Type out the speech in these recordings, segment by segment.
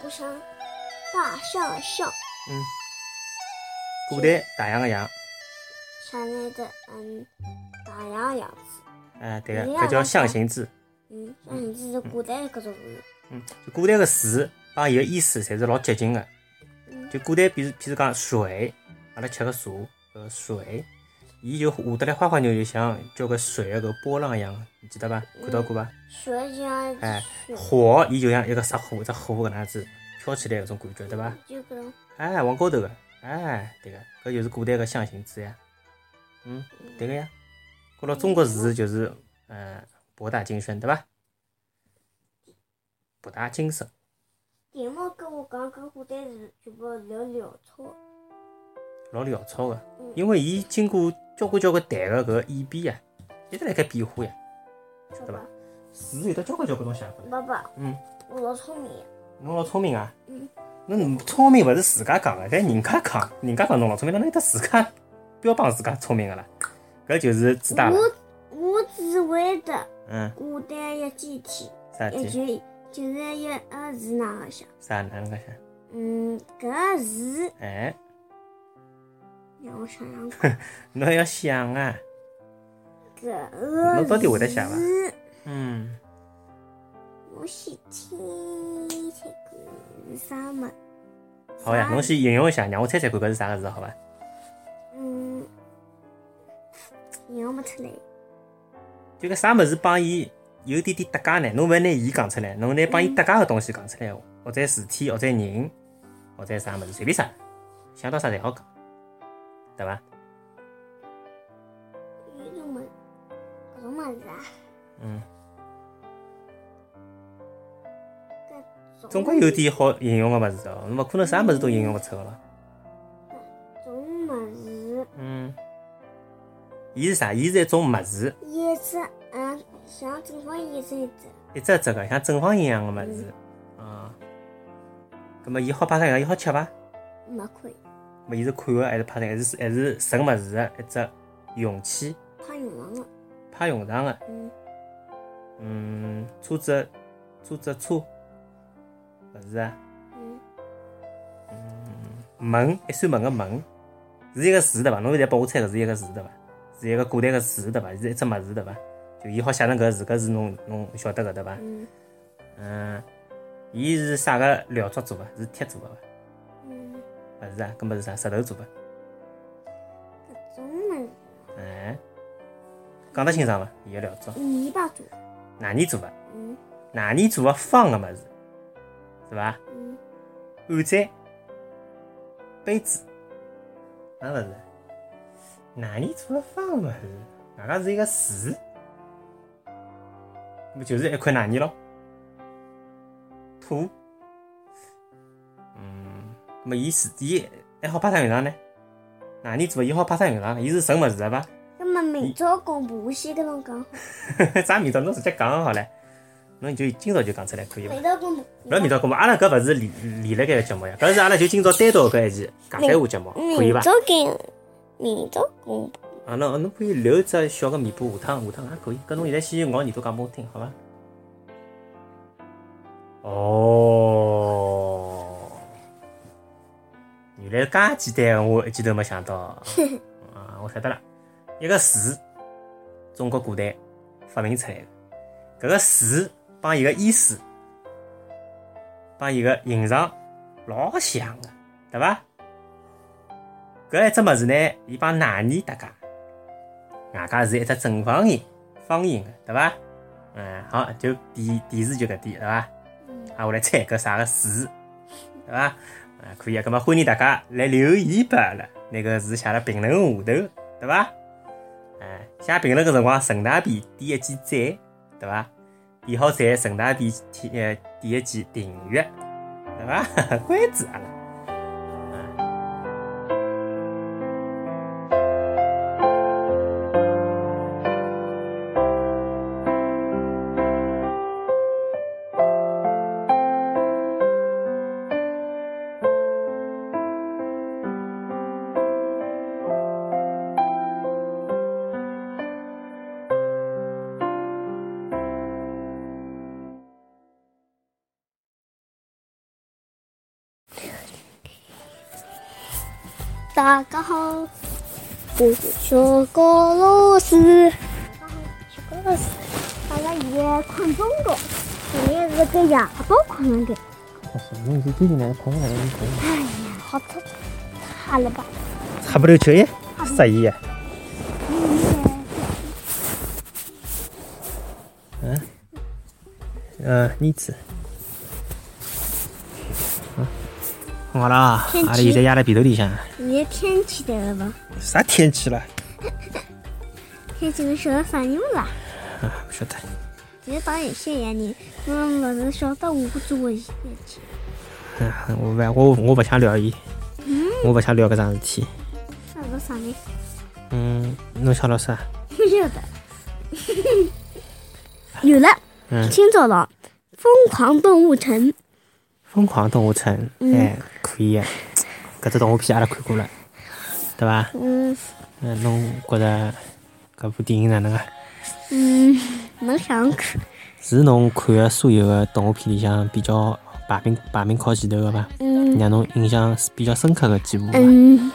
不伤，画上上，嗯，古代大象个象，山内的嗯大象的样子，哎，对个，人家搿叫讲象形字。嗯，像你这是古代的各种鱼，嗯，就古代个字帮伊个意思侪是老接近个。嗯就古代，比如譬如讲水，阿拉吃个茶，呃，水，伊就画得来花花扭扭，像叫个水个搿波浪一样，你记得伐？看到过伐？水就像哎水，火，伊就像一个石火，只火搿能样子飘起来搿种感觉，对伐？就搿种哎，往高头个，哎，对个，搿就是古代个象形字呀。嗯，对个呀。讲到中国字就是，呃，博大精深，对伐？博大精深，题目跟我讲跟古代是全部聊聊错，老潦草个，嗯因为伊经过交关交关代个搿个演变呀，一直辣盖变化呀，是对吧嗯吧？字有得交关交关种想法。爸爸，嗯，我老聪明，侬老聪明啊嗯。侬聪明勿是自家讲个，搿人家讲，人家讲侬老聪明，哪能有得自家标榜自家聪明个啦？搿就是自大了。我我只会得嗯，古代一句题，啥一体？句就是一个字哪个想？啥哪能介想？嗯，搿个字哎，让我想想看。侬要想啊。搿侬到底会得想伐啊字嗯，我是听才看是啥么？好呀，侬先形容一下，让我猜猜看搿是啥个字，好伐？嗯，认不出来。就搿啥物事帮伊有点点搭界呢？侬勿要拿伊讲出来，侬拿帮伊搭界个东西讲出来，哦或者事体，或者人，或者啥物事，随便啥，想到啥侪好讲，对伐？有一种么，搿种么子啊？嗯，搿种总归有点好形容个物事哦，侬勿可能啥物事都形容勿出个咯。种么子，嗯，伊是啥？伊是一种物事，叶子嗯，像正方叶子一只，一只一只个像正方形一样个物事。啊，葛末伊好摆啥样？伊好吃伐？没可以，么伊是看个还是拍的，还是还是寻物事啊的一只勇气，怕用完了。派用场的，嗯，嗯，车子的车子的车，勿是啊，嗯，门一扇门个门，是一个字对伐？侬现在帮我猜搿是一个字对伐？是一个古代个字对伐？是一只物事对伐？就伊好写成搿字，搿字侬侬晓得个对伐？嗯，嗯，伊是啥个料做做个？是铁做个伐？嗯，勿是啊，搿么是啥？石头做个？搿种么哎，讲得清爽伐？伊个料做子，泥巴做。哪里啊做个？嗯哪里做个方个物事，是伐？嗯，碗盏、杯子，哪勿是？哪里做个方个物事？外加是一个字，那么就是一块哪里咯？土。嗯，那么伊是伊还好派上用场呢？哪里做的？伊好派上用场？伊是神物事的伐？那么明朝公布，我先跟侬讲。 啥名字？侬直接讲好了，侬就今朝就讲出来可以伐？明朝公布。勿要明朝讲嘛，阿拉搿勿是连连了该个节目呀，搿是阿拉就今朝单独搿一期尬三胡节目，可以明伐？朝跟明朝公布，啊，侬侬可以留只小个弥补，下趟下趟也啊可以。搿侬现在先咬耳朵讲拨我听，好伐？哦，原来介简单，我一记头没想到。 啊，我晓得了，一个字，中国古代发明出来的，搿个字帮伊个意思，帮伊个形状老像个，对伐？搿一只物事呢，伊帮哪里搭界？外加是一只正方形，方形的，对伐？嗯，好，就提提示就搿点，对伐？啊，我来猜搿啥个字，对伐？啊，可以啊，葛末欢迎大家来留言拨阿拉，那个字写辣评论下头，对伐？哎、写评论搿辰光顺带便点一记赞，对伐？点好赞，顺带便点呃点一记订阅，对伐？ 关注阿拉。大家好，我是小高老师。小高老师，阿拉现在困中觉，昨天是个夜到困了的。侬是最近哪能困哪能困？哎呀，好吃，差了吧？差不多吃一，适宜啊。嗯，嗯，妮子。嗯，好啦，天气阿拉现在压在被头里向，现在天气对了吧？啥天气了？天气能晓得啥样啦？啊，不晓得。现在打游戏呀你，我不是晓得我不做游戏。嗯，我勿，我我勿想聊伊，我勿想聊搿桩事体。啥个啥呢？嗯，侬想聊啥？不晓 得。有了，嗯今朝了，疯狂动物城。疯狂动物城，哎，可以啊。搿只动画片阿拉看过了，对伐？嗯嗯，侬觉着搿部电影哪能啊？嗯，能想看。是侬看的所有的动画片里向比较排名排名靠前头的伐？嗯让侬印象比较深刻的几部伐？嗯，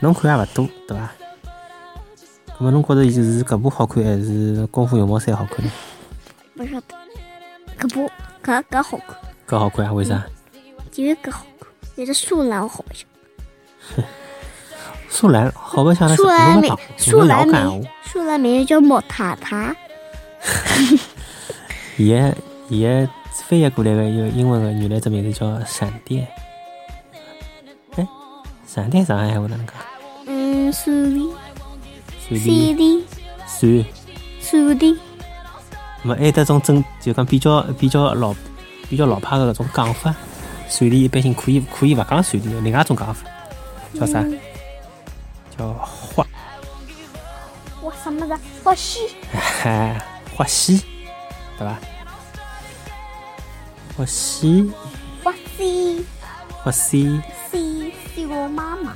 侬看也勿多，对伐？那么侬觉着是搿部好看还是《功夫熊猫三》好看呢？不晓得。搿部搿搿好看，搿好看啊？为啥？因为搿好看，有的树懒好笑。树懒好白相的是树侬懒勿美讲，，树侬老哦懒讲话美，，树懒美叫莫塔塔。伊个伊个翻译过来个一个英文个原来只名字叫闪电。哎，闪电上海闲话哪能讲？嗯，树林，闪树电林，闪。树林。没还有得哎种正就讲比较比较老比较老派个搿种讲法，随地一般性可以可以勿讲随地，另外一种讲法叫啥？嗯叫花我什么的，我是花溪，哎对伐？花溪我是花溪是是我妈妈。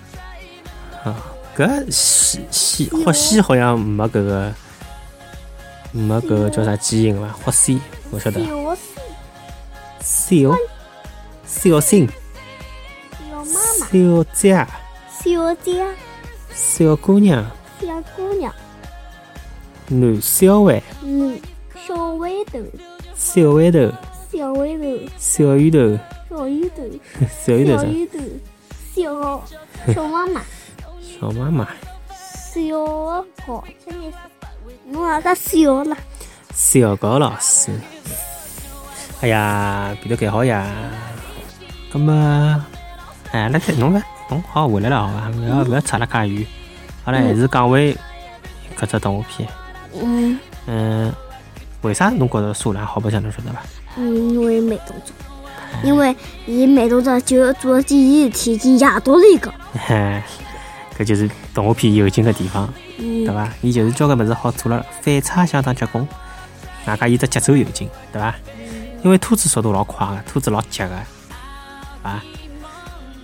啊，搿溪溪哦花溪好像没搿个没搿个叫啥基因伐？花溪勿晓得是我是小小新是我妈妈，小是我姐啊家小姑娘小姑娘，男小孩。嗯，小豌豆，小豌豆、小豌豆，小芋头、 小豌豆，小芋头小豌豆，小啥？小妈妈，小妈妈、小跑，真的是，侬哪个小了？小高老师。哎呀，皮头盖好呀。那么，哎，那个侬个侬好回来了好伐？勿要勿要扯了介远。阿拉还是讲回搿只动画片。嗯嗯，为啥侬觉着苏兰好白相？侬晓得伐？嗯，我也没动作，因为伊没动作就做了件事体，就压到了一个。嘿， 搿就是动画片有劲个地方。嗯对伐？伊就是交关物事好做了，反差相当结棍，外加伊只节奏有劲，对伐？因为兔子速度老快个，兔子老急个，啊对伐？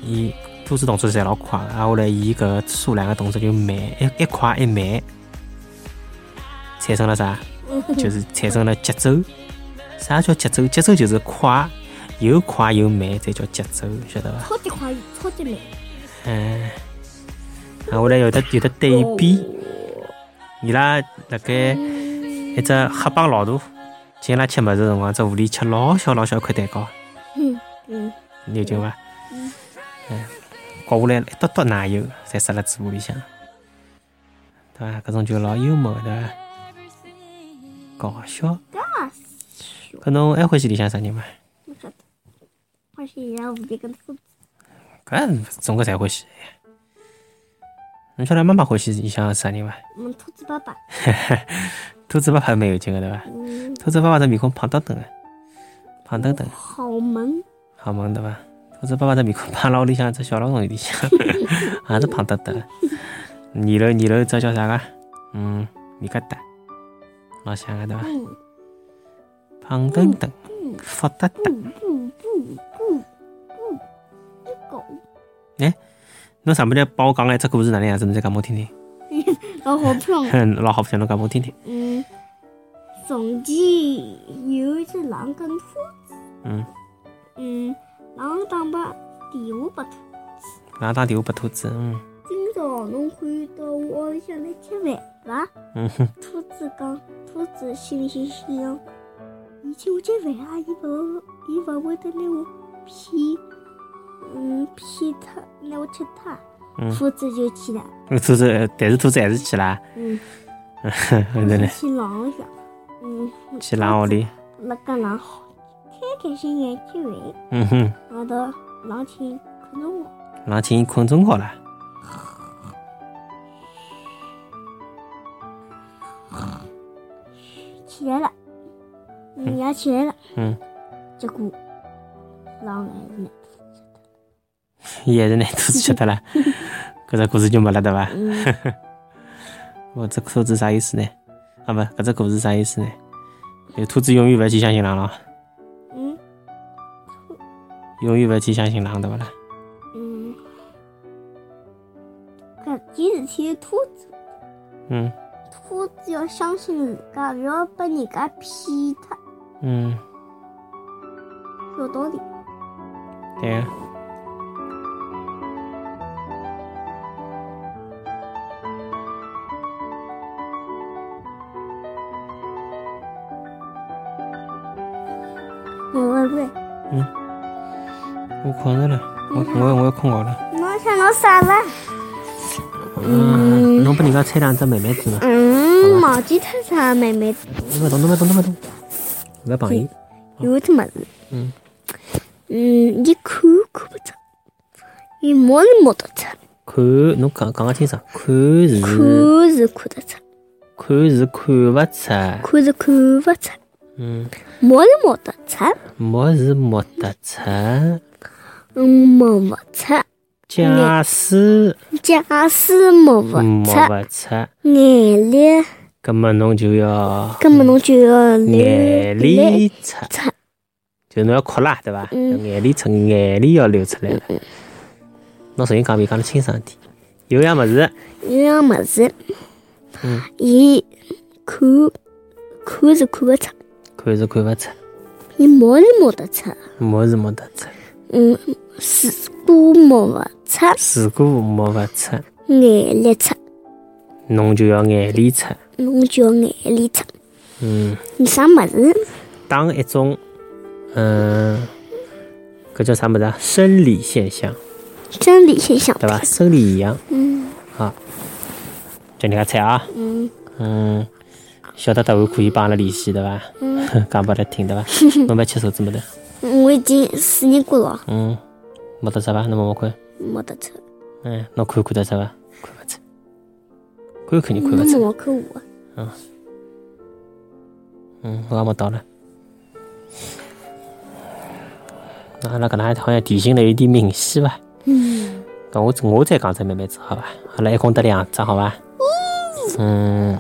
伊兔子动作侪老快个，挨下来伊搿个苏兰个动作就慢，一一快一慢，产生了啥？就是产生了节奏。啥叫节奏？节奏就是快，又快又慢，才叫节奏，晓得伐？超级快，超级美。嗯，啊，我来有的有的对哦比，伊拉辣盖一只黑帮老大，请伊拉吃物事的辰光，只狐狸吃老小老小一块蛋糕，嗯嗯，你有劲伐？嗯，刮下来一坨坨奶油，侪塞辣嘴巴里向，对伐？搿种就老幽默的，对伐？搞笑，啊，搿侬还欢喜里向啥人伐？我晓得，我是现在无敌跟兔子。搿总归侪欢喜。侬晓得妈妈欢喜里向啥人伐？我们兔子爸爸，兔子爸爸蛮有劲个对伐？嗯，兔子爸爸的面孔胖墩墩的，胖墩墩，好萌，好萌对伐？兔子爸爸的面孔胖了屋里向一只小老鼠里向，也是胖墩墩的。二楼二楼这叫啥个？嗯，米疙瘩，老像个对伐？嗯胖墩墩，福哒哒。不不不不不，一狗，侬上半日帮我讲了一只故事，哪能样子？侬再讲拨我听听。老好漂亮。哼，老好白相，侬讲拨我听听。嗯，从前有一只狼跟兔，嗯，嗯，狼打把电话拨兔，哪打电话拨兔子？嗯，早侬看到我屋里向在吃饭伐？嗯哼，兔子讲，兔子心里心想，伊请我吃饭啊，伊勿会，伊勿会得拿我骗，嗯，骗脱，拿我吃脱啊。嗯兔子就去了，那兔子，但是兔子还是去啦，嗯，后头呢，去狼里向，嗯，去狼屋里，辣盖狼好，开开心心吃饭，嗯哼，然后到狼请困着我，狼请伊困中觉了，起来了，嗯，也起来了，嗯，结果狼还是拿兔子。伊还是拿兔子吃脱了，搿只故事就没了对伐？嗯。我哦这兔子啥意思呢？啊不，搿只故事啥意思呢？就兔子永远勿要去相信狼了，嗯永远勿要去相信狼对勿啦？嗯，搿件事体，兔子嗯兔子要相信自家，勿要被人家骗脱，嗯，有道理。对啊。喂喂喂，我困着了，我我我要困觉了。侬想到啥了？嗯，侬拨人家猜两只妹妹子嘛？嗯，忘记脱啥妹妹，侬勿懂，侬勿懂，侬勿懂。我来帮伊。有脱物事。嗯嗯，伊看看不着，伊摸是摸得出，看，侬讲讲个清爽。看是看是看得出，看是看勿出，看是看不出，嗯，摸是摸得出，摸是摸得出，嗯，摸不出，假使假使摸不摸出，勿出，眼力。葛么侬就要根本侬就要流眼泪泪出，擦，就侬要哭啦，对伐？嗯眼泪出，眼泪要流出来了。侬重新讲一遍，讲得清爽点。有样物事，有样物事嗯，伊看看是看不出，看是看勿出，伊摸是摸得出，摸是摸得出。嗯，水果摸不出，如果摸勿出，眼泪出，侬就要眼泪出。侬叫眼泪出。嗯，你啥物事？当一种，嗯，搿叫啥物事啊？生理现象，真理现象， 对伐？生理现象，嗯叫人家猜啊。嗯嗯，晓得答案可以帮阿拉联系，对伐？ 讲拨阿拉听，对伐？侬勿要吃手指没得？嗯，我已经试验过了，嗯，没得啥伐？侬摸摸看。摸得出，嗯，侬看看得出伐？看勿出，看肯定看侬勿出。摸看我，嗯，我也没到了。那阿拉搿能介好像提醒了有点明显伐？嗯，搿我我再讲只妹妹子好伐？阿拉一共得两只好伐？嗯，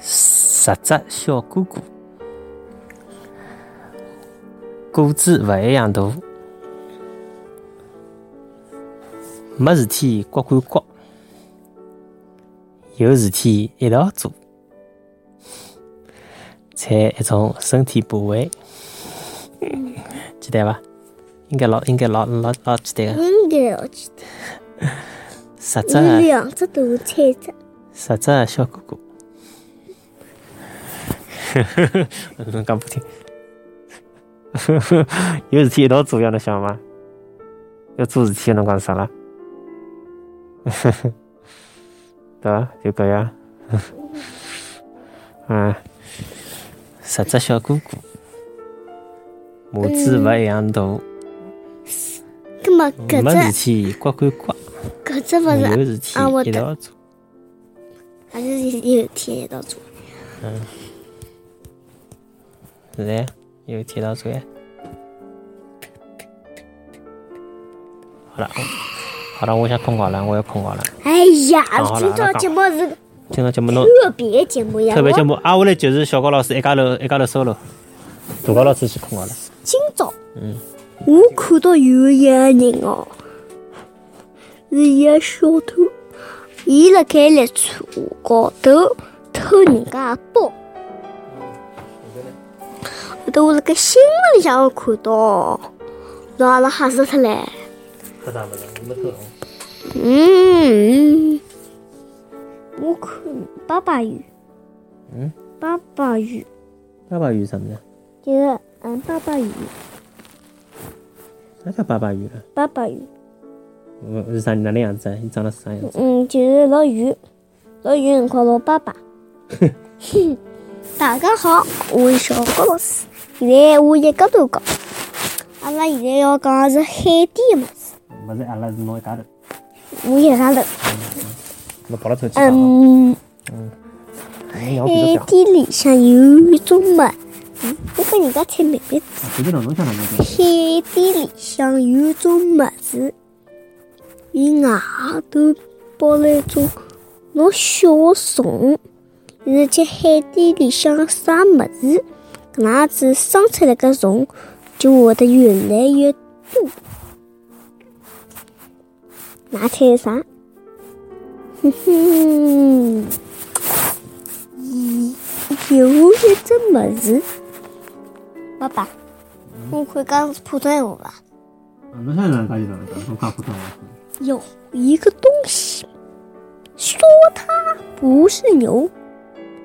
十只小姑姑，果子勿一样大，没事体各管各，有事体一道做，才一种身体部位，记得伐？应该老应该老老老记得个。啊应该要去，十有只两只大菜菜，十只小哥哥，侬讲不听，有事体一道做，要侬想吗？要做事体，侬讲啥啦？对伐？就搿样。嗯，十只小哥哥，母子勿一样大，那么没事搿只体各管各，搿只勿是有事体啊我一的道做。还是有天一道做。是的，有提到嘴。好了，好了，我想困觉了，我要困觉了。哎呀好了，今朝节目是今朝节目侬特别节目呀！特别节我目，挨下来就是小高老师一家头一家头 solo，大高老师去困觉了。今朝，我看到有一个人哦，是一个小偷，伊辣盖列车高头偷人家的包。后头我辣盖新闻里向看到，让阿拉吓死脱唻！不打不打，没看红。嗯，我看爸爸鱼。嗯。爸爸鱼，爸爸鱼什么呢？就是嗯，爸爸鱼，啥叫爸爸鱼了？爸爸鱼，嗯，是啥哪能样子啊？伊长得是啥样子？嗯，就是老远，老远辰光老爸爸。 大家好，我是小高老师。现在我一个都讲，阿拉现在要讲的是海底的物事。勿是阿拉是侬一家头，我一家头，啊侬跑了头去讲好。嗯，哎，我比海较讲，底里向有一种物，嗯，我跟人家猜谜底。随便侬侬讲哪能海讲。底里向有一种物事，伊外头包了一种老小个虫，而且海底里向啥物事，搿能样子生出来个虫就会得越来越多。哪猜是啥？ 哼哼，有一只物事，爸爸。我可以讲普通闲话伐？嗯侬晓得哪能讲就哪能讲，侬讲普通话。有一个东西，说它不是牛，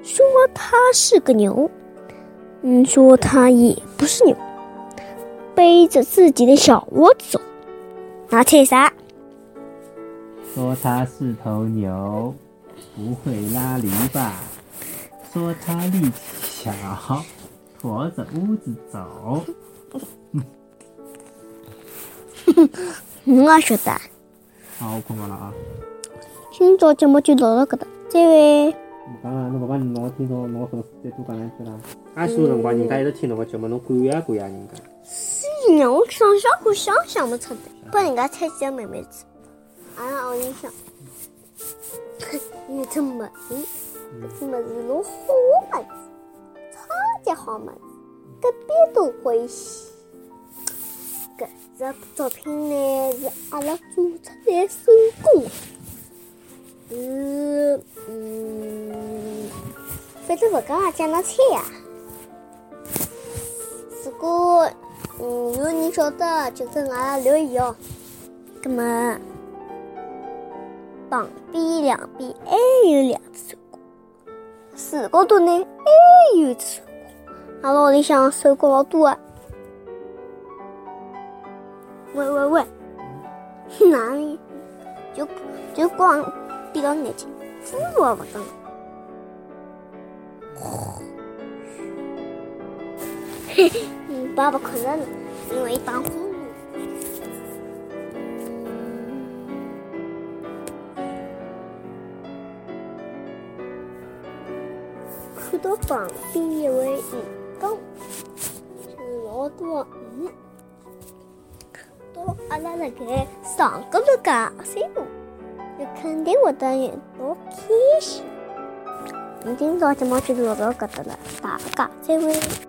说它是个牛，嗯，说它也不是牛，背着自己的小窝走，拿去啥？说它是头牛，不会拉篱笆；说它力气小，驮着屋子走。我也晓得。好，我困觉了啊。今朝节目就录到搿搭，再会。我讲啊，侬勿讲侬个听众，侬个粉丝再多讲两句啦。介许多辰光，人家一直听侬个节目，侬感谢感谢人家。娘，我想想看，想想不出来，帮人家猜几个妹妹子。哎俺拉屋里向有只么子，搿只么子老好么子，超级好么子，隔壁都欢喜。搿只作品呢是呃阿拉做出来手工的，是呃嗯，反正勿讲啊也叫㑚猜呀。如果嗯有人晓得，就跟阿拉留言哦。那么，旁边两边还有两只手工，水高头呢还哎有一只手工。阿拉屋里向手工老多啊。喂喂喂，哪里？就就光闭牢眼睛，呼也勿动。嗯，爸爸可能因为当红了。看到旁边一嗯位鱼缸，是老多鱼。到阿拉辣盖上个头家三步，就肯定会得有老开心。今朝节目就录到搿搭了，大家再会。